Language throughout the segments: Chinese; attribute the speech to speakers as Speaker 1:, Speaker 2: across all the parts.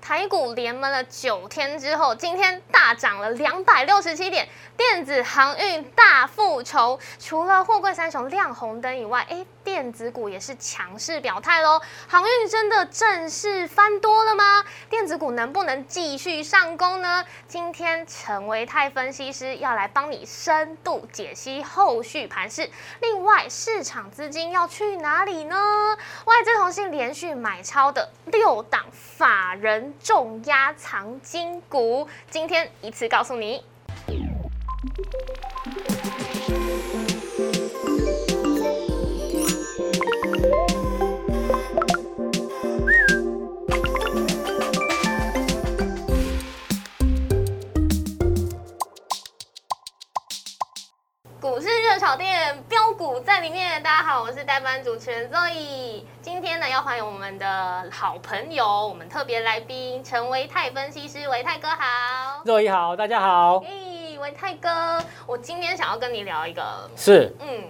Speaker 1: 台股连闷了九天之后，今天大涨了两百六十七点，电子航运大复仇。除了货柜三雄亮红灯以外，哎，电子股也是强势表态喽。航运真的正式翻多了吗？电子股能不能继续上攻呢？今天陈维泰分析师要来帮你深度解析后续盘势。另外，市场资金要去哪里呢？外资同性连续买超的六档法人重压藏金股，今天一次告诉你。股市热炒店标股在里面。大家好，我是代班主持人 Zoe。今天呢，要欢迎我们的好朋友，我们特别来宾陈维泰分析师，维泰哥好。
Speaker 2: 肉一好，大家好，
Speaker 1: 嘿，维泰哥，我今天想要跟你聊一个，
Speaker 2: 是
Speaker 1: 嗯，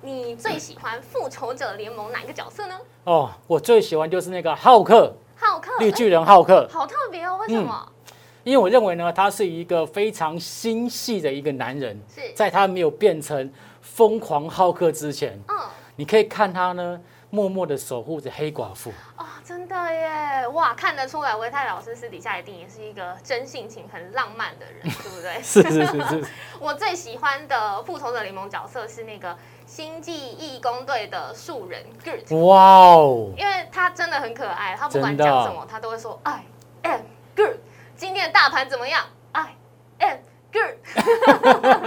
Speaker 1: 你最喜欢复仇者联盟哪一个角色呢？
Speaker 2: 哦，我最喜欢就是那个浩克，
Speaker 1: 浩克，
Speaker 2: 绿巨人浩克
Speaker 1: 哎，，好特别哦，为什么？
Speaker 2: 因为我认为呢，他是一个非常心细的一个男人，
Speaker 1: 是，
Speaker 2: 在他没有变成疯狂浩克之前，
Speaker 1: 嗯。
Speaker 2: 你可以看他呢，默默的守护着黑寡妇，
Speaker 1: 哦，真的耶！哇，看得出来，维泰老师私底下一定也是一个真性情、很浪漫的人， 对不对？
Speaker 2: 是是是是，
Speaker 1: 我最喜欢的复仇者联盟角色是那个星际义工队的树人 Groot，
Speaker 2: 哇哦，
Speaker 1: 因为他真的很可爱，他不管
Speaker 2: 真的哦
Speaker 1: 讲什么，他都会说 I am Groot。今天的大盘怎么样？I am Groot。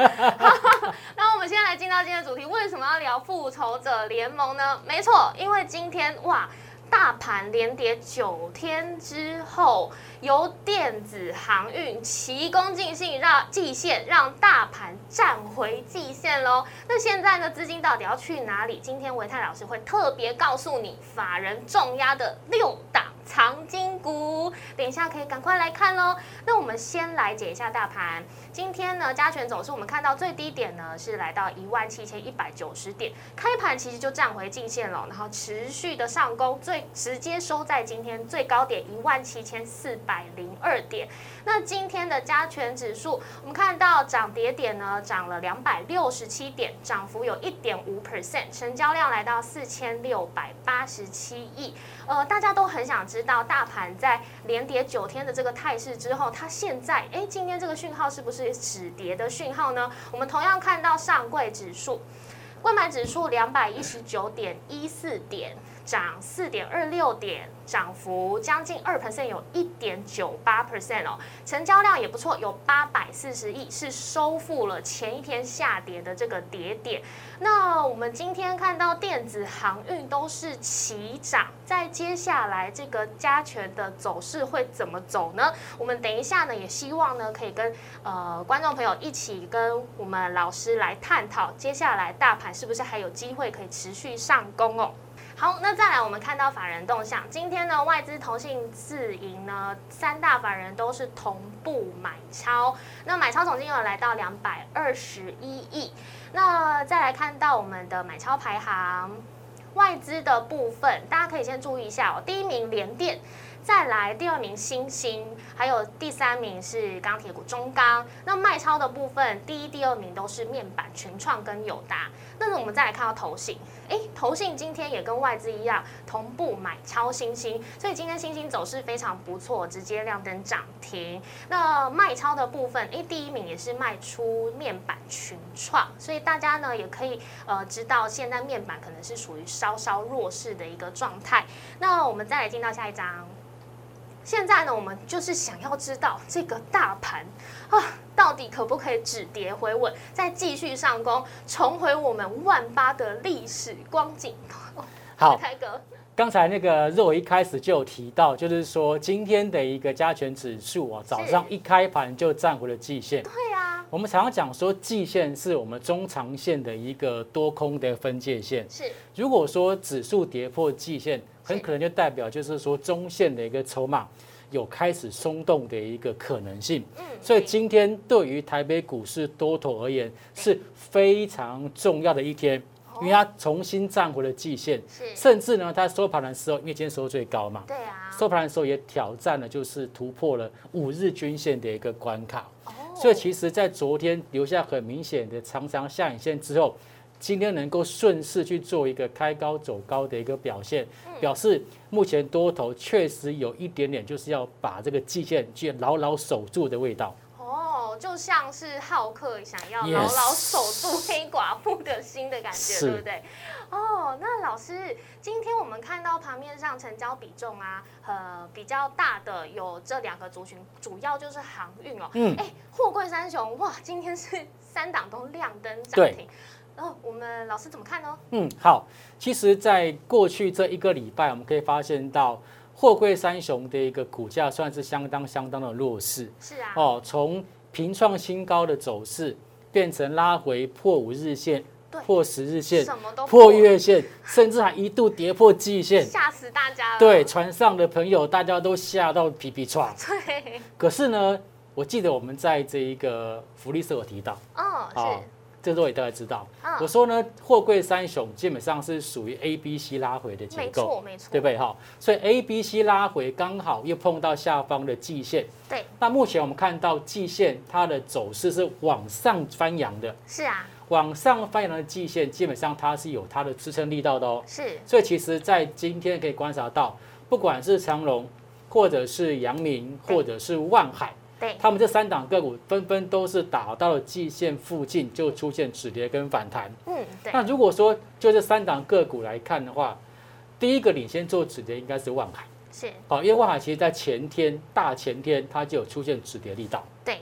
Speaker 1: 那我们现在来进到今天的主题，为什么要聊复仇者联盟呢？没错，因为今天哇。大盘连跌九天之后，由电子航运齐攻进性让季线，让大盘站回季线喽。那现在呢，资金到底要去哪里？今天维泰老师会特别告诉你，法人重压的六档藏金股，等一下可以赶快来看喽。那我们先来解一下大盘，今天呢，加权走势我们看到最低点呢是来到一万七千一百九十点，开盘其实就站回近线了，然后持续的上攻，最直接收在今天最高点一万七千四百零二点。那今天的加权指数，我们看到涨跌点呢涨了两百六十七点，涨幅有一点五 percent，成交量来到四千六百八十七亿。呃，大家都很想知道大盘在连跌九天的这个态势之后，它现在哎，今天这个讯号是不是止跌的讯号呢？我们同样看到上柜指数，柜买指数两百一十九点一四点，涨四点二六点，涨幅将近二 percent，有一点九八 percent 哦，成交量也不错，有八百四十亿，是收复了前一天下跌的这个跌点。那我们今天看到电子航运都是齐涨，在接下来这个加权的走势会怎么走呢？我们等一下呢，也希望呢可以跟呃观众朋友一起跟我们老师来探讨，接下来大盘是不是还有机会可以持续上攻哦。好，那再来，我们看到法人动向。今天呢，外资、投信、自营呢，三大法人都是同步买超，那买超总金额来到两百二十一亿。那再来看到我们的买超排行，外资的部分，大家可以先注意一下哦。第一名联电，再来第二名星星，还有第三名是钢铁股中钢。那卖超的部分，第一、第二名都是面板、群创跟友达。那我们再来看到投信，诶，投信今天也跟外资一样同步买超星星，所以今天星星走势非常不错，直接亮灯涨停。那卖超的部分，诶，第一名也是卖出面板群创，所以大家呢也可以呃知道现在面板可能是属于稍稍弱势的一个状态。那我们再来进到下一章。现在呢，我们就是想要知道这个大盘啊，到底可不可以止跌回稳，再继续上攻，重回我们万八的历史光景？
Speaker 2: 好，
Speaker 1: 泰哥，
Speaker 2: 刚才那个肉一开始就有提到，就是说今天的一个加权指数啊，早上一开盘就站回了季线。
Speaker 1: 对啊，
Speaker 2: 我们常常讲说，季线是我们中长线的一个多空的分界线。
Speaker 1: 是
Speaker 2: 如果说指数跌破季线，很
Speaker 1: 是
Speaker 2: 可能就代表就是说中线的一个筹码有开始松动的一个可能性。
Speaker 1: 嗯
Speaker 2: 所以
Speaker 1: 对
Speaker 2: 今天对于台北股市多头而言是非常重要的一天，因为它重新站回了季线，
Speaker 1: 是，
Speaker 2: 甚至呢它收盘的时候，因为今天收最高嘛，
Speaker 1: 对啊，
Speaker 2: 收盘的时候也挑战了，就是突破了五日均线的一个关卡。
Speaker 1: 哦，
Speaker 2: 所以其实，在昨天留下很明显的长长下影线之后，今天能够顺势去做一个开高走高的一个表现，
Speaker 1: 嗯
Speaker 2: 表示目前多头确实有一点点就是要把这个季线去牢牢守住的味道。
Speaker 1: 哦，就像是浩克想要牢牢
Speaker 2: Yes
Speaker 1: 守住黑寡妇的心的感觉，
Speaker 2: 是
Speaker 1: 对不对？哦，那老师，今天我们看到盘面上成交比重啊，呃，比较大的有这两个族群，主要就是航运哦。
Speaker 2: 嗯，
Speaker 1: 哎，货柜三雄哇，今天是 三档都亮灯涨
Speaker 2: 对
Speaker 1: 停。哦，我们老师怎么看呢？
Speaker 2: 嗯，好。其实，在过去这一个礼拜，我们可以发现到货柜三雄的一个股价算是相当相当的弱势
Speaker 1: 是啊，
Speaker 2: 哦，从平创新高的走势变成拉回破五日线
Speaker 1: 对、
Speaker 2: 破十日线、
Speaker 1: 什么都
Speaker 2: 破月线，甚至还一度跌破季线。
Speaker 1: 吓死大家了。
Speaker 2: 对，船上的朋友大家都吓到皮皮喘。
Speaker 1: 对，
Speaker 2: 可是呢，我记得我们在这一个福利社有提到，
Speaker 1: 嗯，
Speaker 2: 啊
Speaker 1: 是，，
Speaker 2: 这时候也大家知道，
Speaker 1: 嗯，
Speaker 2: 我说呢，货柜三雄基本上是属于 A、B、C 拉回的结
Speaker 1: 没
Speaker 2: 构，
Speaker 1: 错，没错，
Speaker 2: 对不对哈？所以 A、B、C 拉回刚好又碰到下方的季线，
Speaker 1: 对？
Speaker 2: 那目前我们看到季线它的走势是往上翻扬的，
Speaker 1: 是啊，
Speaker 2: 往上翻扬的季线基本上它是有它的支撑力道的哦。
Speaker 1: 是，
Speaker 2: 所以其实，在今天可以观察到，不管是长隆，或者是阳明，
Speaker 1: 对
Speaker 2: 或者是万海，
Speaker 1: 对，
Speaker 2: 他们这三档个股纷纷都是打到了季线附近，就出现止跌跟反弹。
Speaker 1: 嗯，对。
Speaker 2: 那如果说就这三档个股来看的话，第一个领先做止跌应该是万海，
Speaker 1: 是
Speaker 2: 好，因为万海其实在前天、大前天它就有出现止跌力道。
Speaker 1: 对，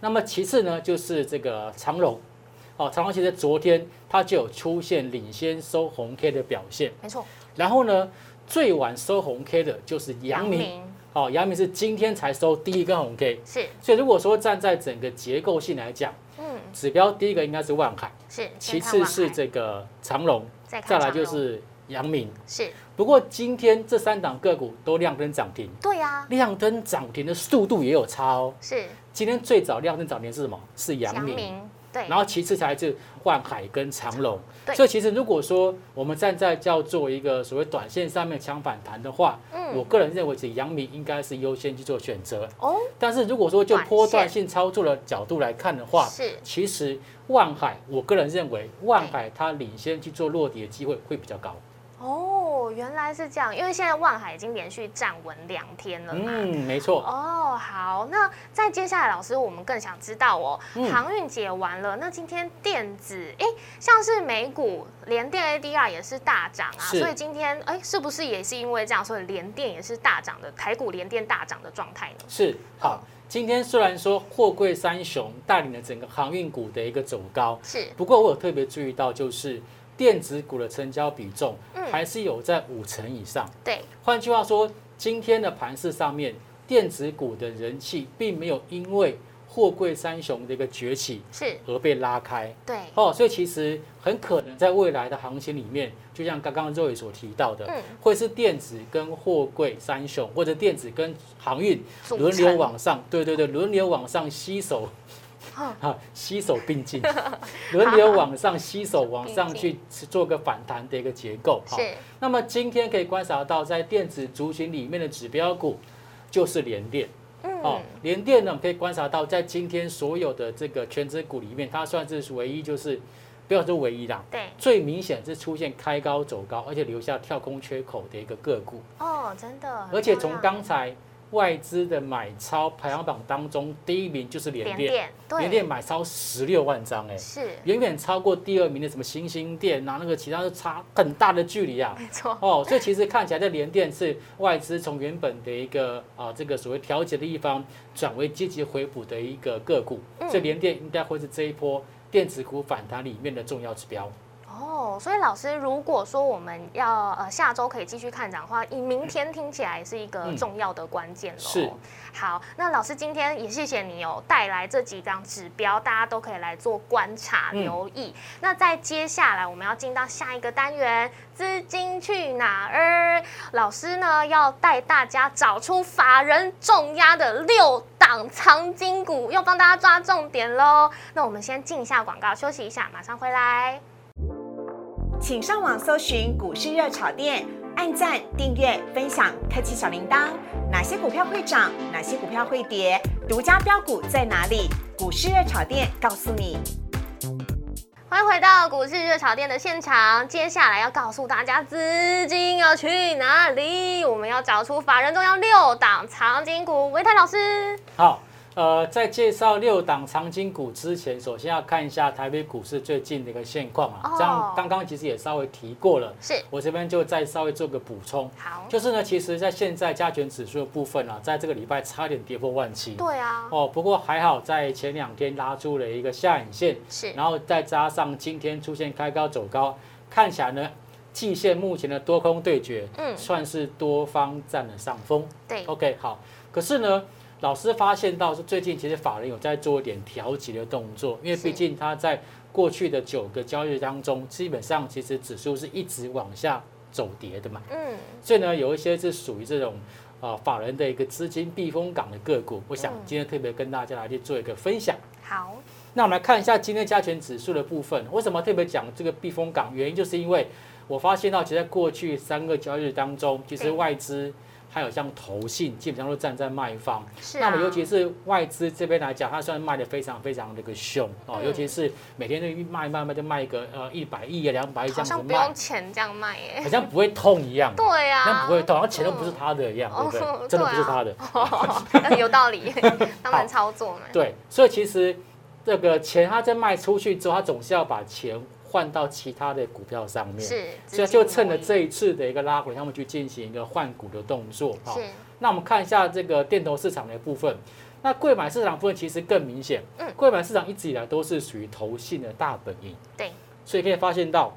Speaker 2: 那么其次呢，就是这个长隆，哦，长隆其实昨天它就有出现领先收红 K 的表现。
Speaker 1: 没错，
Speaker 2: 然后呢，最晚收红 K 的就是阳明，
Speaker 1: 明
Speaker 2: 好，阳明是今天才收第一根红 K，
Speaker 1: 是，
Speaker 2: 所以如果说站在整个结构性来讲，
Speaker 1: 嗯，
Speaker 2: 指标第一个应该是万海，
Speaker 1: 是。
Speaker 2: 其
Speaker 1: 先看
Speaker 2: 次
Speaker 1: 万
Speaker 2: 是
Speaker 1: 海，
Speaker 2: 这个长隆，
Speaker 1: 再看
Speaker 2: 再来
Speaker 1: 长
Speaker 2: 就
Speaker 1: 荣
Speaker 2: 是阳明。
Speaker 1: 是，
Speaker 2: 不过今天这三档个股都亮灯涨停，
Speaker 1: 对呀，
Speaker 2: 亮灯涨停的速度也有差哦。
Speaker 1: 是
Speaker 2: 今天最早亮灯涨停是什么？是阳明。，
Speaker 1: 对
Speaker 2: 然，后其次才是万海跟长隆
Speaker 1: 对。
Speaker 2: 所以其实如果说我们站在叫做一个所谓短线上面抢反弹的话，
Speaker 1: 嗯
Speaker 2: 我个人认为是阳明应该是优先去做选择。
Speaker 1: 哦，
Speaker 2: 但是如果说就波
Speaker 1: 短
Speaker 2: 段
Speaker 1: 线
Speaker 2: 性操作的角度来看的话，
Speaker 1: 是
Speaker 2: 其实万海，我个人认为万海它领先去做落底的机会会比较高。
Speaker 1: 哦，原来是这样，因为现在万海已经连续站稳两天了嘛。
Speaker 2: 嗯，没错。
Speaker 1: 哦，好，那再接下来，老师，我们更想知道哦，
Speaker 2: 嗯
Speaker 1: 航运解完了，那今天电子，哎，像是美股联电 ADR 也是大涨啊，
Speaker 2: 是
Speaker 1: 所以今天，哎，是不是也是因为这样，所以联电也是大涨的，台股联电大涨的状态呢？
Speaker 2: 是好。今天虽然说货柜三雄带领了整个航运股的一个走高，
Speaker 1: 是，
Speaker 2: 不过我有特别注意到，就是电子股的成交比重
Speaker 1: 嗯
Speaker 2: 还是有在五成以上。
Speaker 1: 对，
Speaker 2: 换句话说，今天的盘市上面，电子股的人气并没有因为货柜三雄的一个崛起
Speaker 1: 是，
Speaker 2: 而被拉开。
Speaker 1: 对，
Speaker 2: 哦，所以其实很可能在未来的行情里面，就像刚刚 Roy 所提到的
Speaker 1: 嗯，
Speaker 2: 会是电子跟货柜三雄，或者电子跟航运
Speaker 1: 组
Speaker 2: 轮流
Speaker 1: 成
Speaker 2: 往上，对对对，轮流往上吸手， 啊，吸手并 进，轮流往上 吸手往上去做个反弹的一个结构。好
Speaker 1: 是，
Speaker 2: 那么今天可以观察到，在电子族群里面的指标股就是联电。哦
Speaker 1: 嗯，，
Speaker 2: 联电呢，我们可以观察到，在今天所有的这个全指股里面，它算是唯一，就是不要说唯一啦，
Speaker 1: 对，
Speaker 2: 最明显是出现开高走高，而且留下跳空缺口的一个个股。
Speaker 1: 哦，真的，
Speaker 2: 而且从
Speaker 1: 很漂亮
Speaker 2: 刚才外资的买超排行榜当中，第一名就是联
Speaker 1: 联
Speaker 2: 电，
Speaker 1: 电，对，
Speaker 2: 联电买超十六万张，哎，
Speaker 1: 是，
Speaker 2: 远远超过第二名的什么星星电啊，那个其他都差很大的距离啊。
Speaker 1: 没错，
Speaker 2: 哦，所以其实看起来，这联电是外资从原本的一个啊这个所谓调节的一方，转为积极回补的一个个股，
Speaker 1: 嗯
Speaker 2: 所以联电应该会是这一波电子股反弹里面的重要指标。
Speaker 1: 哦，所以老师，如果说我们要呃下周可以继续看涨的话，以明天听起来是一个
Speaker 2: 嗯
Speaker 1: 重要的关键喽。
Speaker 2: 是，
Speaker 1: 好，那老师今天也谢谢你哦，带来这几张指标，大家都可以来做观察
Speaker 2: 嗯
Speaker 1: 留意。那在接下来我们要进到下一个单元，资金去哪儿？老师呢要带大家找出法人重压的六档藏金股，要帮大家抓重点喽。那我们先进一下广告，休息一下，马上回来。
Speaker 3: 请上网搜寻股市热炒店，按赞、订阅、分享，开启小铃铛。哪些股票会涨？哪些股票会跌？独家标股在哪里？股市热炒店告诉你。
Speaker 1: 欢迎回到股市热炒店的现场，接下来要告诉大家资金要去哪里，我们要找出法人中央六档长金股。维泰老师，
Speaker 2: 好，呃，在介绍六档长金股之前，首先要看一下台北股市最近的一个现况啊。
Speaker 1: 哦
Speaker 2: 这样刚刚其实也稍微提过了，
Speaker 1: 是
Speaker 2: 我这边就再稍微做个补充。
Speaker 1: 好，
Speaker 2: 就是呢，其实在现在加权指数的部分啊，在这个礼拜差点跌破万七。
Speaker 1: 对啊，
Speaker 2: 哦，不过还好，在前两天拉出了一个下影线，
Speaker 1: 是
Speaker 2: 然后再加上今天出现开高走高，看起来呢，季线目前的多空对决，
Speaker 1: 嗯
Speaker 2: 算是多方占了上风。
Speaker 1: 对，
Speaker 2: OK，好。可是呢，老师发现到是最近其实法人有在做一点调节的动作，因为
Speaker 1: 是
Speaker 2: 毕竟他在过去的九个交易日当中，基本上其实指数是一直往下走跌的嘛，
Speaker 1: 嗯，
Speaker 2: 所以呢，有一些是属于这种。啊，法人的一个资金避风港的个股，我想
Speaker 1: 嗯
Speaker 2: 今天特别跟大家来去做一个分享。
Speaker 1: 好，
Speaker 2: 那我们来看一下今天加权指数的部分，为什么特别讲这个避风港？原因就是因为我发现到，其实在过去三个交易日当中，其实
Speaker 1: 对
Speaker 2: 外资还有像投信，基本上都站在卖方。
Speaker 1: 是
Speaker 2: 那
Speaker 1: 啊，
Speaker 2: 么尤其是外资这边来讲，它算卖的非常非常的一个凶哦，
Speaker 1: 嗯
Speaker 2: 尤其是每天就卖卖卖，就卖个呃一百亿啊、两百亿这
Speaker 1: 好
Speaker 2: 样子
Speaker 1: 像不
Speaker 2: 卖
Speaker 1: 用，钱这样卖耶，
Speaker 2: 好像不会痛一样，
Speaker 1: 对
Speaker 2: 好
Speaker 1: 啊，
Speaker 2: 像不会痛，然后钱都不是他的一样，对不
Speaker 1: 哦
Speaker 2: 对？真的不是
Speaker 1: 对啊
Speaker 2: 他的，
Speaker 1: 哦，但是有道理，他们操作 嘛，
Speaker 2: 对，所以其实这个钱它在卖出去之后，它总是要把钱换到其他的股票上面，
Speaker 1: 是，
Speaker 2: 所
Speaker 1: 资金
Speaker 2: 以就趁着
Speaker 1: 挪移
Speaker 2: 这一次的一个拉回，他们去进行一个换股的动作。好，
Speaker 1: 是，
Speaker 2: 那我们看一下这个电投市场的部分。那贵买市场部分其实更明显，
Speaker 1: 嗯
Speaker 2: 贵买市场一直以来都是属于投信的大本营，
Speaker 1: 对，
Speaker 2: 所以可以发现到，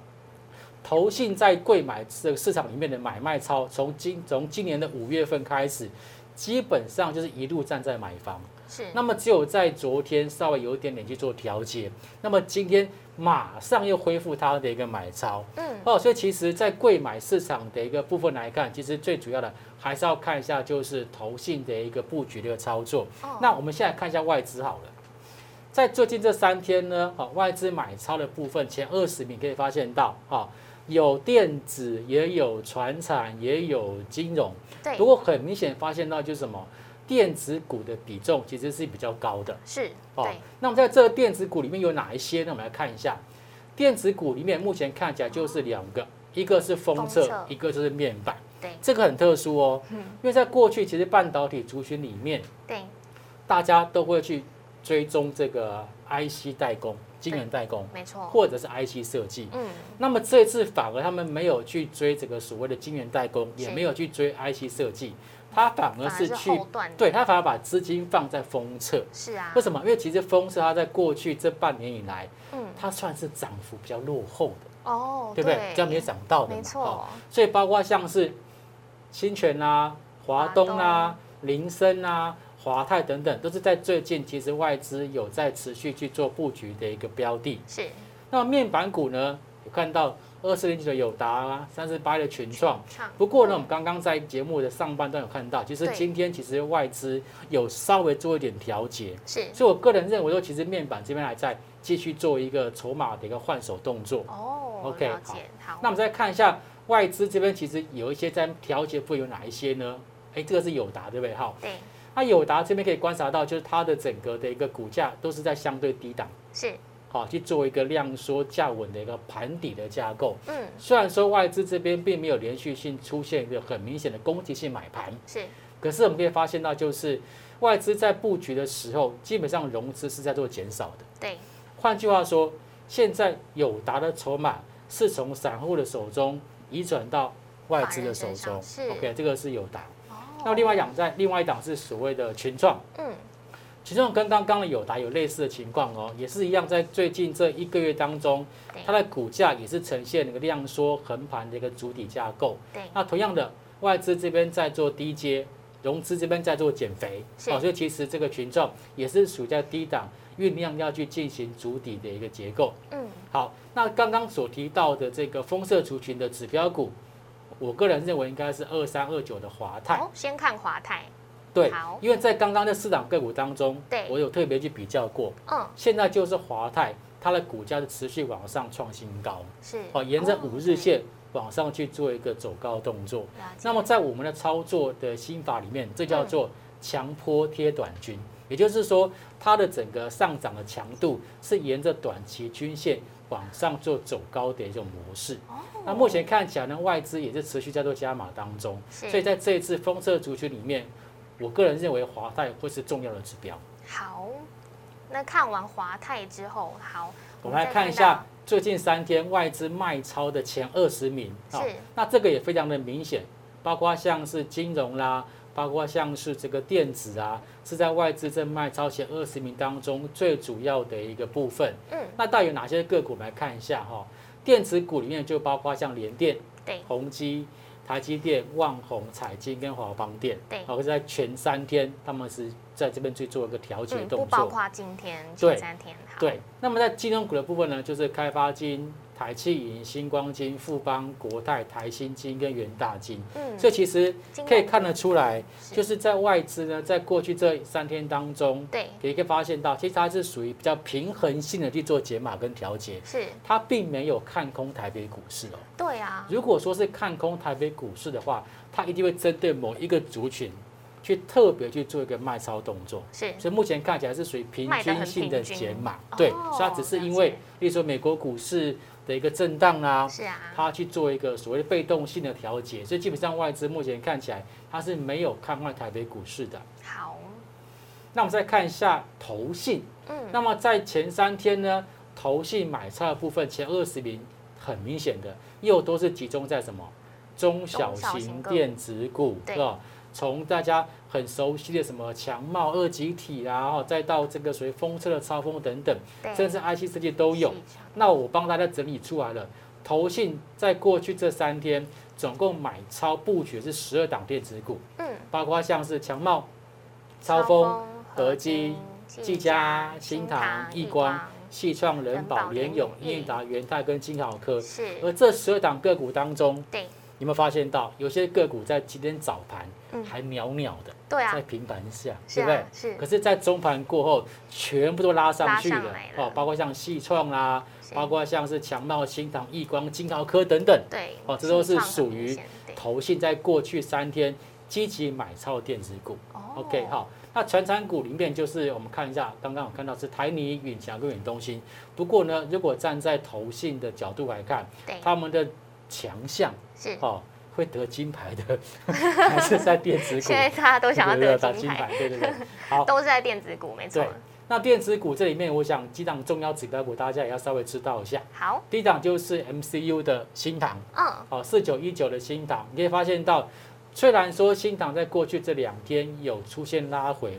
Speaker 2: 投信在贵买这个市场里面的买卖超，从今从今年的五月份开始，基本上就是一路站在买方。
Speaker 1: 是，
Speaker 2: 那么只有在昨天稍微有一点点去做调节，那么今天马上又恢复它的一个买超
Speaker 1: 嗯，
Speaker 2: 哦，所以其实，在贵买市场的一个部分来看，其实最主要的还是要看一下就是投信的一个布局的一个操作。
Speaker 1: 哦
Speaker 2: 那我们现在看一下外资好了，在最近这三天呢，哦，外资买超的部分前二十名可以发现到，哦，有电子，也有船产，也有金融。
Speaker 1: 对
Speaker 2: 不，过很明显发现到就是什么，电子股的比重其实是比较高的
Speaker 1: 是，
Speaker 2: 哦
Speaker 1: 对，。
Speaker 2: 那么在这个电子股里面有哪一些呢？我们来看一下，电子股里面目前看起来就是两个，一个是封
Speaker 1: 封
Speaker 2: 测
Speaker 1: 测，
Speaker 2: 一个就是面板。
Speaker 1: 对
Speaker 2: 这个很特殊哦，
Speaker 1: 嗯
Speaker 2: 因为在过去其实半导体族群里面，
Speaker 1: 对，
Speaker 2: 大家都会去追踪这个 IC 代工、晶圆代工，
Speaker 1: 没错，
Speaker 2: 或者是 IC 设计。
Speaker 1: 嗯，
Speaker 2: 那么这次反而他们没有去追这个所谓的晶圆代工，
Speaker 1: 是
Speaker 2: 也没有去追 IC 设计，他反而
Speaker 1: 反而
Speaker 2: 是
Speaker 1: 是
Speaker 2: 去
Speaker 1: 后段的，
Speaker 2: 对他反而把资金放在封测。
Speaker 1: 是啊，
Speaker 2: 为什么？因为其实封测它在过去这半年以来，
Speaker 1: 嗯，
Speaker 2: 它算是涨幅比较落后的，
Speaker 1: 哦，
Speaker 2: 对不对？比较没有涨到的嘛。
Speaker 1: 没
Speaker 2: 哦
Speaker 1: 错，
Speaker 2: 所以包括像是新泉啦、华东啦、林森啦、华泰等等，都是在最近其实外资有在持续去做布局的一个标的。
Speaker 1: 是，
Speaker 2: 那面板股呢，有看到二四零九的友达啊，三四八的群创。
Speaker 1: 唱
Speaker 2: 不过呢，我们刚刚在节目的上半段有看到，其实
Speaker 1: 对
Speaker 2: 今天其实外资有稍微做一点调节，
Speaker 1: 是，
Speaker 2: 所以我个人认为说，其实面板这边还在继续做一个筹码的一个换手动作。
Speaker 1: 哦
Speaker 2: OK，
Speaker 1: 了解，好，
Speaker 2: 那我们再看一下外资这边，其实有一些在调节部位有哪一些呢？哎，这个是友达对不对？好，
Speaker 1: 对，
Speaker 2: 那友达这边可以观察到，就是它的整个的一个股价都是在相对低档，
Speaker 1: 是，
Speaker 2: 好去做一个量缩价稳的一个盘底的架构。
Speaker 1: 嗯，
Speaker 2: 虽然说外资这边并没有连续性出现一个很明显的攻击性买盘，
Speaker 1: 是，
Speaker 2: 可是我们可以发现到，就是外资在布局的时候，基本上融资是在做减少的。
Speaker 1: 对，
Speaker 2: 换句话说，现在友达的筹码是从散户的手中移转到外资的
Speaker 1: 法
Speaker 2: 手
Speaker 1: 人
Speaker 2: 中
Speaker 1: 身上是。
Speaker 2: OK，这个是友达。
Speaker 1: 哦，
Speaker 2: 那另外一档在另外一档是所谓的群创，
Speaker 1: 嗯，
Speaker 2: 群创跟刚刚的友达有类似的情况哦，也是一样，在最近这一个月当中，
Speaker 1: 对
Speaker 2: 它的股价也是呈现一个量缩横盘的一个主体架构。
Speaker 1: 对，
Speaker 2: 那同样的，外资这边在做低阶，融资这边在做减肥，
Speaker 1: 是
Speaker 2: 哦，所以其实这个群众也是属于在低档酝酿要去进行主底的一个结构。
Speaker 1: 嗯，
Speaker 2: 好，那刚刚所提到的这个风色族群的指标股，我个人认为应该是二三二九的华泰，
Speaker 1: 哦，先看华泰，
Speaker 2: 对
Speaker 1: 好，
Speaker 2: 因为在刚刚的市场个股当中
Speaker 1: 对，
Speaker 2: 我有特别去比较过，
Speaker 1: 嗯，
Speaker 2: 现在就是华泰，它的股价是持续往上创新高，
Speaker 1: 是，
Speaker 2: 哦，沿着
Speaker 1: 哦
Speaker 2: 五日，线往上去做一个走高的动作。
Speaker 1: 了解嗯
Speaker 2: 那么在我们的操作的心法里面，这叫做强坡贴短均，也就是说它的整个上涨的强度是沿着短期均线往上做走高的一种模式。
Speaker 1: 哦
Speaker 2: 那目前看起来呢，外资也是持续在做加码当中，
Speaker 1: 是
Speaker 2: 所以在这一次封测族群里面，我个人认为华泰会是重要的指标。
Speaker 1: 好，那看完华泰之后，好，
Speaker 2: 我们来
Speaker 1: 再
Speaker 2: 看一下最近三天外资卖超的前二十名啊
Speaker 1: 是，
Speaker 2: 那这个也非常的明显，包括像是金融啦，包括像是这个电子啊，是在外资正卖超前二十名当中最主要的一个部分。
Speaker 1: 到，嗯，
Speaker 2: 那到底有哪些个股？我们来看一下哈、电子股里面就包括像联电、
Speaker 1: 对，嗯
Speaker 2: 宏基、台积电、旺宏、彩晶跟华邦电，
Speaker 1: 对
Speaker 2: 好、在前三天他们是在这边去做一个调节
Speaker 1: 嗯，
Speaker 2: 动
Speaker 1: 不包
Speaker 2: 作。
Speaker 1: 括今天
Speaker 2: 对
Speaker 1: 前三天，好，
Speaker 2: 对，那么在金融股的部分呢，就是开发金、台气银、星光金、富邦、国泰、台新金跟元大金。
Speaker 1: 嗯，
Speaker 2: 所以其实
Speaker 1: 金
Speaker 2: 可以
Speaker 1: 融
Speaker 2: 看得出来，
Speaker 1: 是
Speaker 2: 就是在外资呢，在过去这三天当中，
Speaker 1: 对，
Speaker 2: 也可以发现到，其实它是属于比较平衡性的去做解码跟调节，
Speaker 1: 是，
Speaker 2: 它并没有看空台北股市哦。
Speaker 1: 对啊，
Speaker 2: 如果说是看空台北股市的话，它一定会针对某一个族群去特别去做一个卖超动作。
Speaker 1: 是，
Speaker 2: 所以目前看起来是属于平
Speaker 1: 卖得很
Speaker 2: 均性的
Speaker 1: 平均
Speaker 2: 减码，
Speaker 1: 哦
Speaker 2: 对，所以它只是因为
Speaker 1: 了解，
Speaker 2: 例如说美国股市的一个震荡啦，
Speaker 1: 是啊，
Speaker 2: 它去做一个所谓的被动性的调节，所以基本上外资目前看起来它是没有看坏台北股市的。
Speaker 1: 好，
Speaker 2: 那我们再看一下投信，
Speaker 1: 嗯，
Speaker 2: 那么在前三天呢，投信买超的部分前二十名很明显的又都是集中在什么中小
Speaker 1: 小
Speaker 2: 型
Speaker 1: 型个
Speaker 2: 电子股，
Speaker 1: 对
Speaker 2: 是吧？从大家很熟悉的什么强茂二级体啊，然后再到这个所谓风车的超风等等，
Speaker 1: 对，
Speaker 2: 甚至 IC 设计都有。
Speaker 1: 市场
Speaker 2: 那我帮大家整理出来了，投信在过去这三天总共买超布局是十二档电子股，
Speaker 1: 嗯，
Speaker 2: 包括像是强茂、超风、合金、技嘉、新唐、易光、系创、人保、联永、
Speaker 1: 联永
Speaker 2: 英达、元泰跟金豪科。而
Speaker 1: 是，
Speaker 2: 这十二档个股当中，
Speaker 1: 对，
Speaker 2: 你有没有发现到有些个股在今天早盘
Speaker 1: 嗯
Speaker 2: 还袅袅的，
Speaker 1: 对啊
Speaker 2: 在，平盘下，
Speaker 1: 是
Speaker 2: 对不对
Speaker 1: 啊，？是
Speaker 2: 可，是，在中盘过后，全部都拉上去
Speaker 1: 拉上
Speaker 2: 了
Speaker 1: 来了
Speaker 2: 哦，包括像系创啦，
Speaker 1: 是
Speaker 2: 包括像是强茂、新唐、易光、金豪科等等，
Speaker 1: 对，
Speaker 2: 哦这都是
Speaker 1: 新创很
Speaker 2: 属
Speaker 1: 明
Speaker 2: 于
Speaker 1: 显对
Speaker 2: 投信在过去三天积极买超电子股。
Speaker 1: 哦
Speaker 2: OK，好，那传产股里面就是我们看一下，刚刚我看到是台泥、远强跟远东新。不过呢，如果站在投信的角度来看，
Speaker 1: 对，
Speaker 2: 他们的强项
Speaker 1: 是，
Speaker 2: 哦，会得金牌的， 还是在电子 股
Speaker 1: 现，在大家都想要
Speaker 2: 对
Speaker 1: 得
Speaker 2: 对 对
Speaker 1: 金牌，，
Speaker 2: 对对对。好，
Speaker 1: 都是在电子股，没错
Speaker 2: 对。那电子股这里面，我想几档重要指标股，大家也要稍微知道一下。
Speaker 1: 好，
Speaker 2: 第一档就是 MCU 的新塘，
Speaker 1: 嗯，
Speaker 2: 哦，四九一九的新塘，你可以发现到，虽然说新塘在过去这两天有出现拉回，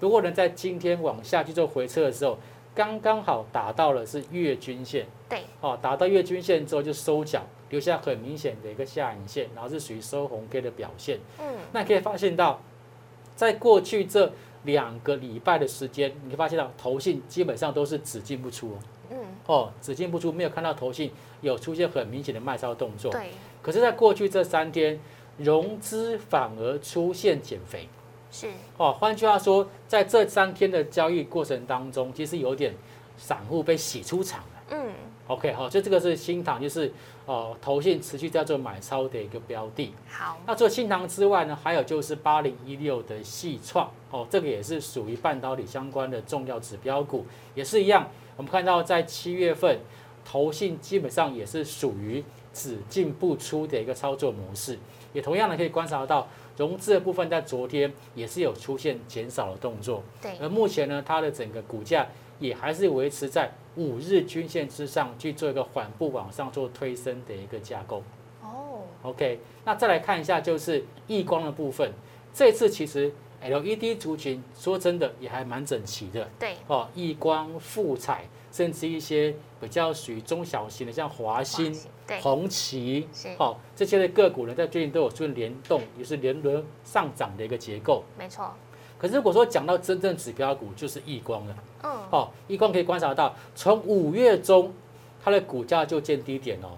Speaker 2: 不过呢，在今天往下去做回撤的时候，刚刚好打到了是月均线，
Speaker 1: 对，
Speaker 2: 哦，打到月均线之后就收脚，留下很明显的一个下影线，然后是属于收红 K 的表现。
Speaker 1: 嗯，
Speaker 2: 那你可以发现到，在过去这两个礼拜的时间，你可以发现到投信基本上都是只进不出哦
Speaker 1: 嗯，
Speaker 2: 哦，只进不出，没有看到投信有出现很明显的卖超动作。
Speaker 1: 对，
Speaker 2: 可是，在过去这三天，融资反而出现减肥
Speaker 1: 是，
Speaker 2: 哦。换句话说，在这三天的交易过程当中，其实有点散户被洗出场了。
Speaker 1: 嗯，
Speaker 2: OK，好、所以这个是新塘，就是哦，投信持续在做买超的一个标的。
Speaker 1: 好，
Speaker 2: 那除了新塘之外呢，还有就是八零一六的细创哦，这个也是属于半导体相关的重要指标股，也是一样。我们看到在七月份，投信基本上也是属于只进不出的一个操作模式，也同样的可以观察到融资的部分在昨天也是有出现减少的动作，
Speaker 1: 对，
Speaker 2: 而目前呢，它的整个股价也还是维持在五日均线之上去做一个缓步往上做推升的一个架构。
Speaker 1: 哦，
Speaker 2: OK，那再来看一下就是异光的部分，这次其实 LED 族群说真的也还蛮整齐的
Speaker 1: 对，
Speaker 2: 哦，异光、富彩，甚至一些比较属于中小型的，像华
Speaker 1: 华
Speaker 2: 新、
Speaker 1: 兴对，
Speaker 2: 红旗
Speaker 1: 是，
Speaker 2: 哦这些的个股呢，在最近都有出现联动，也是连轮上涨的一个结构。
Speaker 1: 没错，
Speaker 2: 可是如果说讲到真正指标股，就是异光了
Speaker 1: 嗯，
Speaker 2: 哦，异光可以观察到，从五月中它的股价就见低点哦。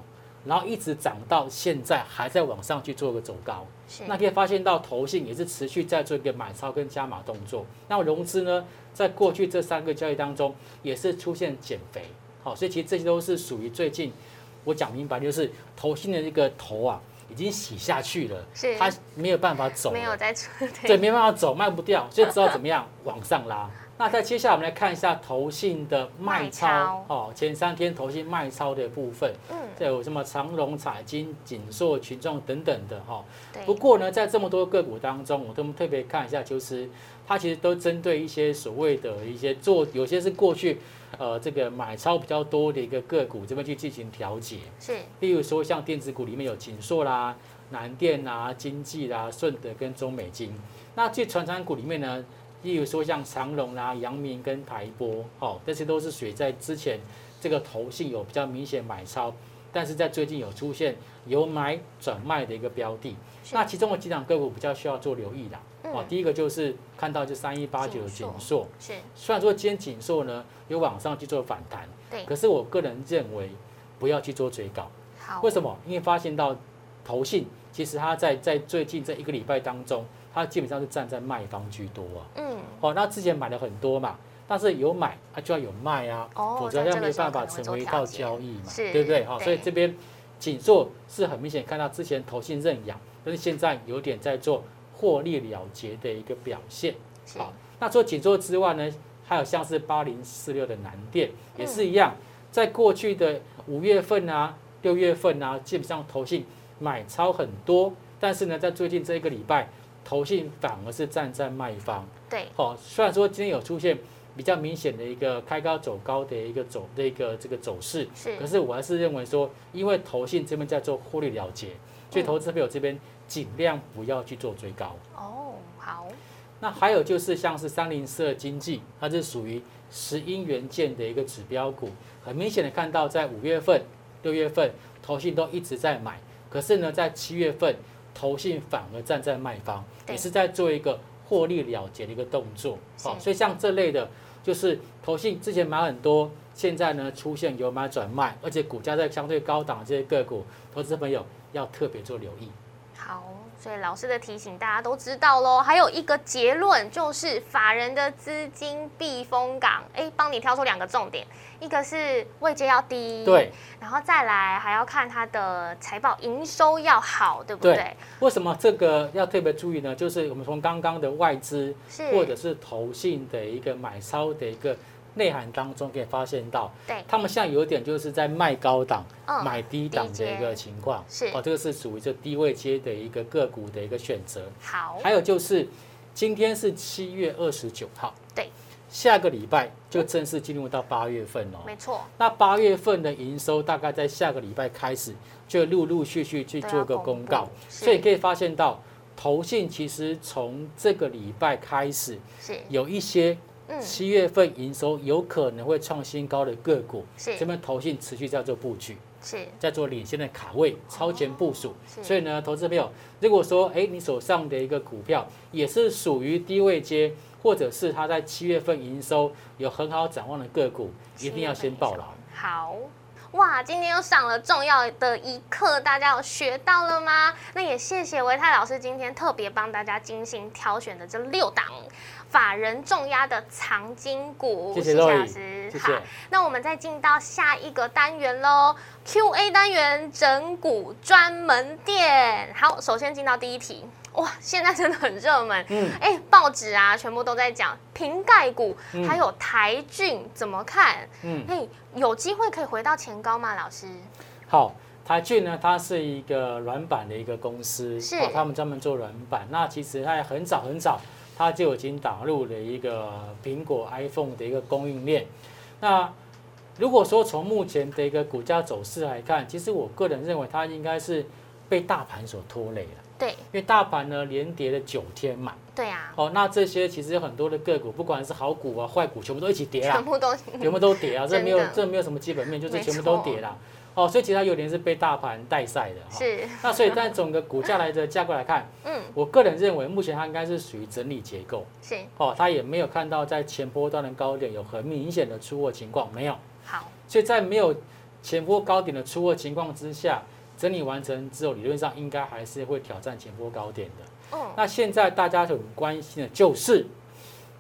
Speaker 2: 然后一直涨到现在，还在往上去做个走高。
Speaker 1: 是，
Speaker 2: 那可以发现到投信也是持续在做一个买超跟加码动作。那融资呢，在过去哦这三个交易当中也是出现减肥，好，所以其实这些都是属于最近我讲明白就是投信的那个头啊，已经洗下去了，
Speaker 1: 是
Speaker 2: 它没有办法走了，
Speaker 1: 没有在出
Speaker 2: 对，没办法走，卖不掉，所以只好怎么样往 上拉。那在接下来我们来看一下投信的卖
Speaker 1: 卖
Speaker 2: 超
Speaker 1: 超
Speaker 2: 哦，前三天投信卖超的部分，
Speaker 1: 嗯，
Speaker 2: 这有什么长荣、彩金、锦硕、群众等等的哈、哦。
Speaker 1: 对，
Speaker 2: 不过呢，在这么多个股当中，我都特别看一下，就是它其实都针对一些所谓的一些做，有些是过去呃这个买超比较多的一个个股这边去进行调节。
Speaker 1: 是
Speaker 2: 例如说像电子股里面有锦硕啦、南电啦、经济啦、顺德跟中美金。那去传产股里面呢，例如说像长荣啦、阳明跟台波，哦，这些都是属于在之前这个投信有比较明显买超，但是在最近有出现由买转卖的一个标的。
Speaker 1: 是
Speaker 2: 那其中有几档个股比较需要做留意啦。哦
Speaker 1: 嗯，
Speaker 2: 第一个就是看到就三一八九
Speaker 1: 锦
Speaker 2: 锦
Speaker 1: 硕
Speaker 2: 硕，
Speaker 1: 是，
Speaker 2: 虽然说今天锦硕呢有往上去做反弹，
Speaker 1: 对，
Speaker 2: 可是我个人认为不要去做追高。
Speaker 1: 好
Speaker 2: 为，什么？因为发现到投信其实它在在最近这一个礼拜当中，它基本上是站在卖方居多啊。
Speaker 1: 嗯，
Speaker 2: 哦，那之前买了很多嘛，但是有买它就要有卖啊，
Speaker 1: 哦
Speaker 2: 否则
Speaker 1: 在
Speaker 2: 它
Speaker 1: 这个
Speaker 2: 没有
Speaker 1: 时候
Speaker 2: 办法
Speaker 1: 可能会
Speaker 2: 成为一
Speaker 1: 做
Speaker 2: 套
Speaker 1: 调节
Speaker 2: 交易嘛，
Speaker 1: 是
Speaker 2: 对不对？好，所以
Speaker 1: 对
Speaker 2: 这边紧缩是很明显看到之前投信认养，但是现在有点在做获利了结的一个表现。
Speaker 1: 是
Speaker 2: 好，那除了锦州之外呢，还有像是八零四六的南电
Speaker 1: 嗯
Speaker 2: 也是一样，在过去的五月份啊、六月份啊，基本上投信买超很多，但是呢，在最近这一个礼拜，投信反而是站在卖方。
Speaker 1: 对，
Speaker 2: 哦，虽然说今天有出现比较明显的一个开高走高的一个走的一个这个走势，
Speaker 1: 是
Speaker 2: 可是我还是认为说，因为投信这边在做获利了结，所以
Speaker 1: 嗯
Speaker 2: 投资朋友这边尽量不要去做追高。
Speaker 1: 哦，好，
Speaker 2: 那还有就是像是三零四二经济，它是属于石英元件的一个指标股，很明显的看到在五月份、六月份，投信都一直在买，可是呢，在七月份，投信反而站在卖方，
Speaker 1: 对
Speaker 2: 也是在做一个获利了结的一个动作。
Speaker 1: 是
Speaker 2: 好，所以像这类的，就是投信之前买很多，现在呢出现由买转卖，而且股价在相对高档这些个股，投资朋友要特别做留意。
Speaker 1: 好，所以老师的提醒大家都知道喽。还有一个结论就是，法人的资金避风港，哎，帮你挑出两个重点，一个是位阶要低，
Speaker 2: 对，
Speaker 1: 然后再来还要看它的财报营收要好，对不对？
Speaker 2: 对为什么这个要特别注意呢？就是我们从刚刚的外资
Speaker 1: 是，
Speaker 2: 或者是投信的一个买超的一个内涵当中，可以发现到，
Speaker 1: 对，
Speaker 2: 他们现在有点就是在卖高档、
Speaker 1: 嗯
Speaker 2: 买低档的一
Speaker 1: 低阶
Speaker 2: 个情况。
Speaker 1: 是
Speaker 2: 哦，这个是属于这低位阶的一个个股的一个选择。
Speaker 1: 好，
Speaker 2: 还有就是，今天是七月二十九号，
Speaker 1: 对，
Speaker 2: 下个礼拜就正式进入到八月份哦。
Speaker 1: 没错，
Speaker 2: 那八月份的营收大概在下个礼拜开始就陆陆续续去
Speaker 1: 都要
Speaker 2: 做个
Speaker 1: 公
Speaker 2: 公
Speaker 1: 布
Speaker 2: 告，
Speaker 1: 是
Speaker 2: 所以可以发现到投信其实从这个礼拜开始
Speaker 1: 是，
Speaker 2: 有一些
Speaker 1: 嗯，
Speaker 2: 七月份营收有可能会创新高的个股，
Speaker 1: 是
Speaker 2: 这边投信持续在做布局，
Speaker 1: 是，
Speaker 2: 在做领先的卡位、超前部署。
Speaker 1: 哦是
Speaker 2: 所以呢，投资朋友，如果说哎你手上的一个股票也是属于低位接，或者是它在七月份营收有很好展望的个股，一定要先报牢。
Speaker 1: 好。哇，今天又上了重要的一课，大家有学到了吗？那也谢谢维泰老师今天特别帮大家精心挑选的这六档法人重压的藏金股，
Speaker 2: 谢谢
Speaker 1: 老
Speaker 2: Zoe，
Speaker 1: 师，
Speaker 2: 谢
Speaker 1: 好
Speaker 2: 谢。
Speaker 1: 那我们再进到下一个单元喽，Q&A 单元整股专门店。好，首先进到第一题，哇，现在真的很热门，
Speaker 2: 嗯，
Speaker 1: 哎、报纸啊，全部都在讲瓶盖股，
Speaker 2: 嗯
Speaker 1: 还有台骏怎么看？
Speaker 2: 嗯
Speaker 1: 哎、有机会可以回到前高吗？老师，
Speaker 2: 好，台骏呢，它是一个软板的一个公司，
Speaker 1: 是
Speaker 2: 哦他们专门做软板。那其实它很早很早，它就已经打入了一个苹果 iPhone 的一个供应链。那如果说从目前的一个股价走势来看，其实我个人认为它应该是被大盘所拖累了，
Speaker 1: 对
Speaker 2: 因为大盘呢连跌了九天嘛。
Speaker 1: 对啊，
Speaker 2: 哦，那这些其实有很多的个股，不管是好股啊、坏股，全部都一起跌啊
Speaker 1: 全。部都
Speaker 2: 全部都跌啊，这
Speaker 1: 真的
Speaker 2: 没有这没有什么基本面，就是全部都跌啦。哦，所以其实它有点是被大盘带赛的哈。
Speaker 1: 是，
Speaker 2: 那所以，但整个股价来的架构来看，
Speaker 1: 嗯，
Speaker 2: 我个人认为目前它应该是属于整理结构
Speaker 1: 是
Speaker 2: 哦，它也没有看到在前波段的高点有很明显的出货情况，没有。
Speaker 1: 好，
Speaker 2: 所以在没有前波高点的出货情况之下，整理完成之后，理论上应该还是会挑战前波高点的。
Speaker 1: 嗯，
Speaker 2: 那现在大家很关心的就是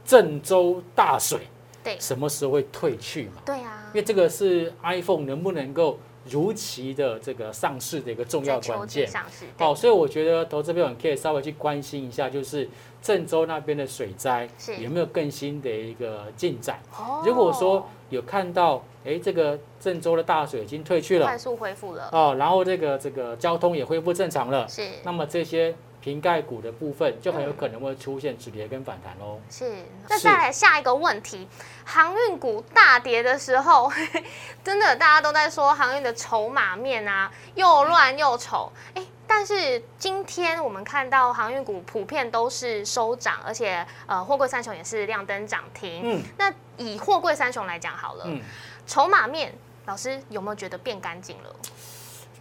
Speaker 2: 郑州大水
Speaker 1: 对哎
Speaker 2: 什么时候会退去嘛？
Speaker 1: 对啊
Speaker 2: 因，为这个是 iPhone 能不能够如期的这个上市的一个重要
Speaker 1: 在秋
Speaker 2: 关
Speaker 1: 季
Speaker 2: 键。
Speaker 1: 上市，
Speaker 2: 好，所以我觉得投资朋友可以稍微去关心一下，就是郑州那边的水灾
Speaker 1: 是
Speaker 2: 有没有更新的一个进展。
Speaker 1: 对
Speaker 2: 如果说
Speaker 1: 哦
Speaker 2: 有看到，哎，这个郑州的大水已经退去了
Speaker 1: 快，速恢复了，
Speaker 2: 哦，然后这个这个交通也恢复正常了，
Speaker 1: 是嗯
Speaker 2: 那么这些瓶盖股的部分就很有可能会出现止跌跟反弹喽。
Speaker 1: 是。那
Speaker 2: 是
Speaker 1: 再来下一个问题，航运股大跌的时候， 真的大家都在说航运的筹码面啊，又乱又丑，哎。但是今天我们看到航运股普遍都是收涨，而且呃，货柜三雄也是亮灯涨停。
Speaker 2: 嗯
Speaker 1: 那以货柜三雄来讲好了，
Speaker 2: 嗯，
Speaker 1: 筹码面老师有没有觉得变干净了？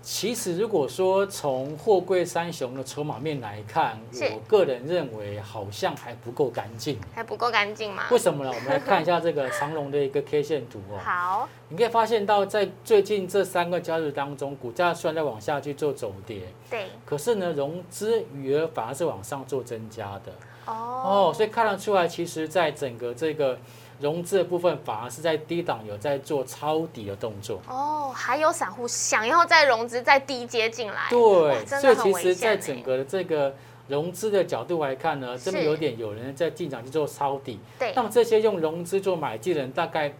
Speaker 2: 其实如果说从货柜三雄的筹码面来看，
Speaker 1: 是
Speaker 2: 我个人认为好像还不够干净。
Speaker 1: 还不够干净吗？
Speaker 2: 为什么呢？我们来看一下这个长龙的一个 K 线图哦。
Speaker 1: 好，
Speaker 2: 你可以发现到，在最近这三个交易日当中，股价虽然在往下去做走跌，
Speaker 1: 对，
Speaker 2: 可是呢，融资余额反而是往上做增加的。
Speaker 1: 哦，
Speaker 2: 哦，所以看得出来，其实在整个这个融资的部分，反而是在低档有在做抄底的动作。
Speaker 1: 哦，还有散户想要再融资、再低接进来，哇
Speaker 2: 对，
Speaker 1: 真
Speaker 2: 所
Speaker 1: 的
Speaker 2: 以
Speaker 1: 很
Speaker 2: 其
Speaker 1: 危
Speaker 2: 实，在
Speaker 1: 险
Speaker 2: 整
Speaker 1: 欸。
Speaker 2: 个这个融资的角度来看呢，真的
Speaker 1: 是
Speaker 2: 有点有人在进场去做抄底。
Speaker 1: 对
Speaker 2: 那，么这些用融资做买进的人，大概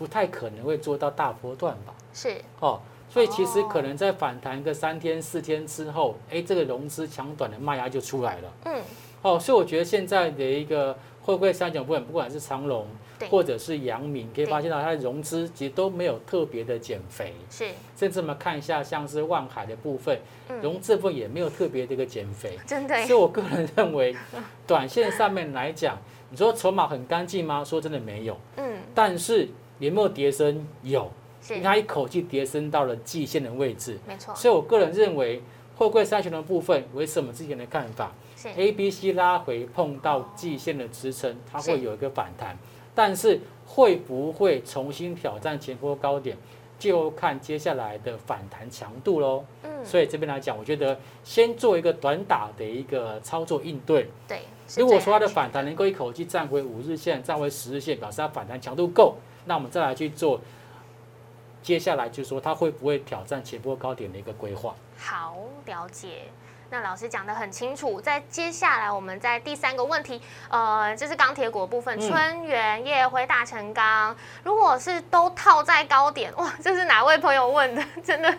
Speaker 2: 不太可能会做到大波段吧？
Speaker 1: 是
Speaker 2: 哦，所以其实
Speaker 1: 哦
Speaker 2: 可能在反弹个三天四天之后，哎，这个融资强短的卖压就出来了。
Speaker 1: 嗯，
Speaker 2: 哦，所以我觉得现在的一个货柜三角部分，不管是长隆
Speaker 1: 对
Speaker 2: 或者是阳明，可以
Speaker 1: 对
Speaker 2: 发现到它的融资其实都没有特别的减肥，
Speaker 1: 是
Speaker 2: 甚至我们看一下像是万海的部分
Speaker 1: 嗯，
Speaker 2: 融资部分也没有特别的一个减肥。
Speaker 1: 真的耶
Speaker 2: 所以，我个人认为，短线上面来讲，你说筹码很干净吗？说真的没有，
Speaker 1: 嗯，
Speaker 2: 但是有没有跌升？有，因
Speaker 1: 是哦
Speaker 2: 为它一口气跌升到了季线的位置。
Speaker 1: 没错，
Speaker 2: 所以我个人认为，货柜三雄的部分维持我们之前的看法
Speaker 1: 是
Speaker 2: ，A、B、C 拉回碰到季线的支撑，它
Speaker 1: 是
Speaker 2: 会有一个反弹，但是会不会重新挑战前波高点，就看接下来的反弹强度喽。
Speaker 1: 嗯，
Speaker 2: 所以这边来讲，我觉得先做一个短打的一个操作应对。
Speaker 1: 对。是
Speaker 2: 如果
Speaker 1: 最
Speaker 2: 说它的
Speaker 1: 安全
Speaker 2: 反弹能够一口气站回五日线，站回十日线，表示它反弹强度够，那我们再来去做。接下来就是说它会不会挑战前波高点的一个规划？
Speaker 1: 好，了解。那老师讲的很清楚，在接下来我们在第三个问题，呃，这是钢铁股的部分，
Speaker 2: 嗯
Speaker 1: 春元、夜辉、大成钢，如果是都套在高点， 哇，这是哪位朋友问的？真的，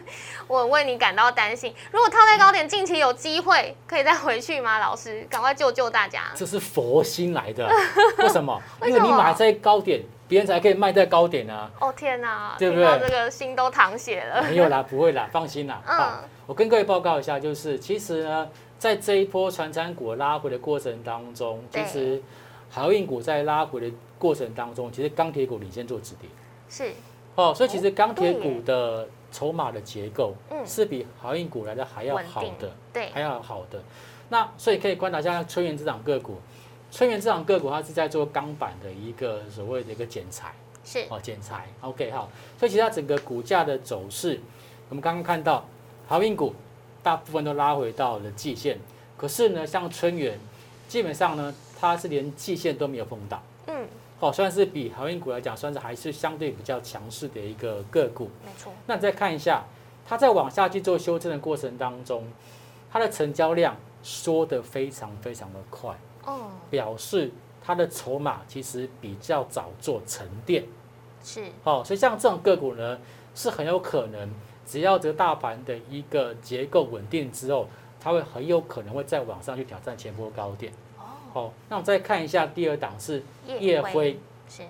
Speaker 1: 我为你感到担心。如果套在高点，近期有机会可以再回去吗？老师，赶快救救大家！
Speaker 2: 这是佛心来的，为 什么？
Speaker 1: 为
Speaker 2: 因为
Speaker 1: 什
Speaker 2: 你
Speaker 1: 么
Speaker 2: 买在高点，别人才可以卖在高 点啊。
Speaker 1: 哦天哪，
Speaker 2: 对不
Speaker 1: 听到
Speaker 2: 对
Speaker 1: 这个心都淌血 了。
Speaker 2: 没有啦，不会啦，放心啦。
Speaker 1: 嗯
Speaker 2: 好，我跟各位报告一下，就是其实呢，在这一波传产股拉回的过程当中，其
Speaker 1: 对
Speaker 2: 实航运股在拉回的过程当中，其实钢铁股领先做止跌。
Speaker 1: 是，
Speaker 2: 哦，所以其实钢铁
Speaker 1: 对耶
Speaker 2: 股的筹码的结构
Speaker 1: 嗯
Speaker 2: 是比航运股来的还要
Speaker 1: 稳
Speaker 2: 好
Speaker 1: 定
Speaker 2: 的，
Speaker 1: 对
Speaker 2: 还要好的。那所以可以观察一下春源这档个股，春源这档个股它是在做钢板的一个所谓的一个剪裁，
Speaker 1: 是，
Speaker 2: 哦，剪裁，OK 好。所以其实它整个股价的走势，我们刚刚看到航运股大部分都拉回到了季线，可是呢，像春源基本上呢，它是连季线都没有碰到。
Speaker 1: 嗯，
Speaker 2: 哦，算是比航运股来讲，算是还是相对比较强势的一个个股。
Speaker 1: 没错，
Speaker 2: 那你再看一下，它在往下去做修正的过程当中，它的成交量缩得非常非常的快，
Speaker 1: 哦，
Speaker 2: 表示它的筹码其实比较早做沉淀。
Speaker 1: 是，
Speaker 2: 哦，所以像这种个股呢，是很有可能，只要这个大盘的一个结构稳定之后，它会很有可能会再往上去挑战前波高点。
Speaker 1: 哦，
Speaker 2: 哦，那我们再看一下第二档是夜辉。
Speaker 1: 是，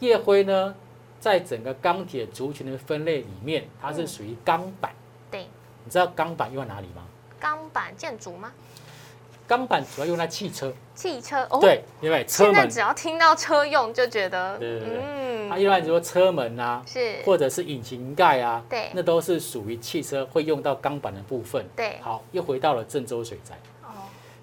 Speaker 2: 夜辉呢，在整个钢铁族群的分类里面，它是属于钢板。
Speaker 1: 对，
Speaker 2: 你知道钢板用在哪里吗？
Speaker 1: 钢板建筑吗？
Speaker 2: 钢板主要用在汽车，
Speaker 1: 汽车哦，，
Speaker 2: 对，因为车
Speaker 1: 现在
Speaker 2: 门，
Speaker 1: 只要听到车用就觉得，
Speaker 2: 对对对它
Speaker 1: 嗯，
Speaker 2: 用啊来说车门啊，
Speaker 1: 是，
Speaker 2: 或者是引擎盖啊，
Speaker 1: 对
Speaker 2: 那都是属于汽车会用到钢板的部分。
Speaker 1: 对，
Speaker 2: 好，又回到了郑州水灾。
Speaker 1: 哦，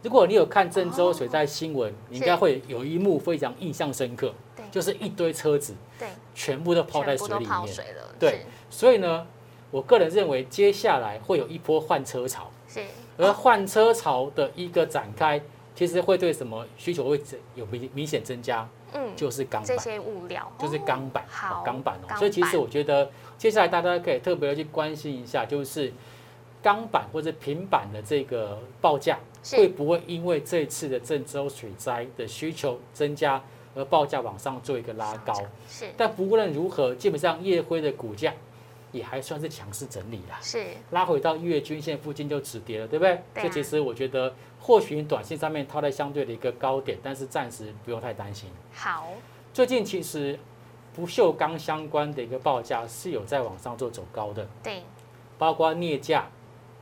Speaker 2: 如果你有看郑州水灾新闻，你应该
Speaker 1: 是
Speaker 2: 会有一幕非常印象深刻，
Speaker 1: 对，
Speaker 2: 就是一堆车子
Speaker 1: 对，
Speaker 2: 全部都泡在
Speaker 1: 全部
Speaker 2: 水
Speaker 1: 都
Speaker 2: 里
Speaker 1: 泡
Speaker 2: 面。
Speaker 1: 水了，
Speaker 2: 对，所以呢，我个人认为接下来会有一波换车潮，
Speaker 1: 是，是，
Speaker 2: 而换车潮的一个展开，其实会对什么需求会增有明明显增加，
Speaker 1: 嗯，
Speaker 2: 就是钢
Speaker 1: 这
Speaker 2: 板，
Speaker 1: 些物料哦
Speaker 2: 就是钢板，
Speaker 1: 好
Speaker 2: 钢板哦。
Speaker 1: 钢
Speaker 2: 所以其实
Speaker 1: 板
Speaker 2: 我觉得接下来大家可以特别的去关心一下，就是钢板或者平板的这个报价
Speaker 1: 是
Speaker 2: 会不会因为这次的郑州水灾的需求增加而报价往上做一个拉高？
Speaker 1: 是
Speaker 2: 但不论如何，基本上夜辉的股价也还算是强势整理啦。
Speaker 1: 是
Speaker 2: 拉回到月均线附近就止跌了，对不对？
Speaker 1: 对啊
Speaker 2: 所以其实我觉得，或许你短线上面套在相对的一个高点，但是暂时不用太担心。
Speaker 1: 好，
Speaker 2: 最近其实不锈钢相关的一个报价是有在往上做走高的，
Speaker 1: 对，
Speaker 2: 包括镍价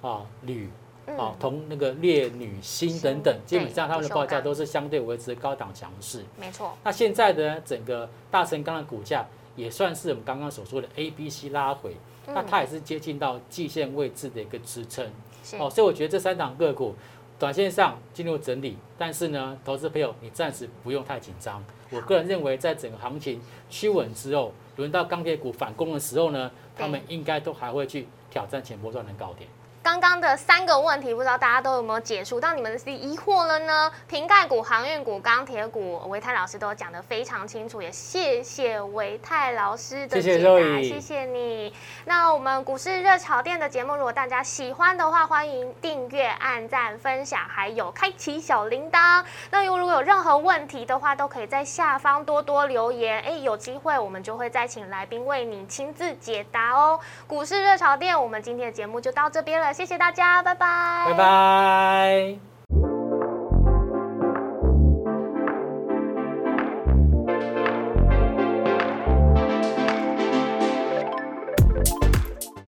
Speaker 2: 啊、铝啊
Speaker 1: 嗯、，
Speaker 2: 铜那个镍、铝、锌等等，基
Speaker 1: 对
Speaker 2: 本上它们的
Speaker 1: 不锈
Speaker 2: 报价
Speaker 1: 钢
Speaker 2: 都是相对维持高档强势。
Speaker 1: 没错，
Speaker 2: 那现在的整个大成钢的股价也算是我们刚刚所说的 A、B、C 拉回，那
Speaker 1: 嗯
Speaker 2: 它也是接近到季线位置的一个支撑。
Speaker 1: 是
Speaker 2: 哦，所以我觉得这三档个股短线上进入整理，但是呢，投资朋友你暂时不用太紧张。我个人认为，在整个行情趋稳之后，轮到钢铁股反攻的时候呢，他们应该都还会去挑战前波段的高点。
Speaker 1: 刚刚的三个问题，不知道大家都有没有解除到你们的疑惑了呢？瓶盖股、航运股、钢铁股，维泰老师都讲得非常清楚，也谢谢维泰老师的
Speaker 2: 谢谢
Speaker 1: 解答，
Speaker 2: Zoe
Speaker 1: 谢谢你。那我们股市热炒店的节目，如果大家喜欢的话，欢迎订阅、按赞、分享，还有开启小铃铛。那如果有任何问题的话，都可以在下方多多留言，哎，有机会我们就会再请来宾为你亲自解答哦。股市热潮店，我们今天的节目就到这边了，谢谢大家，拜拜，
Speaker 2: 拜拜。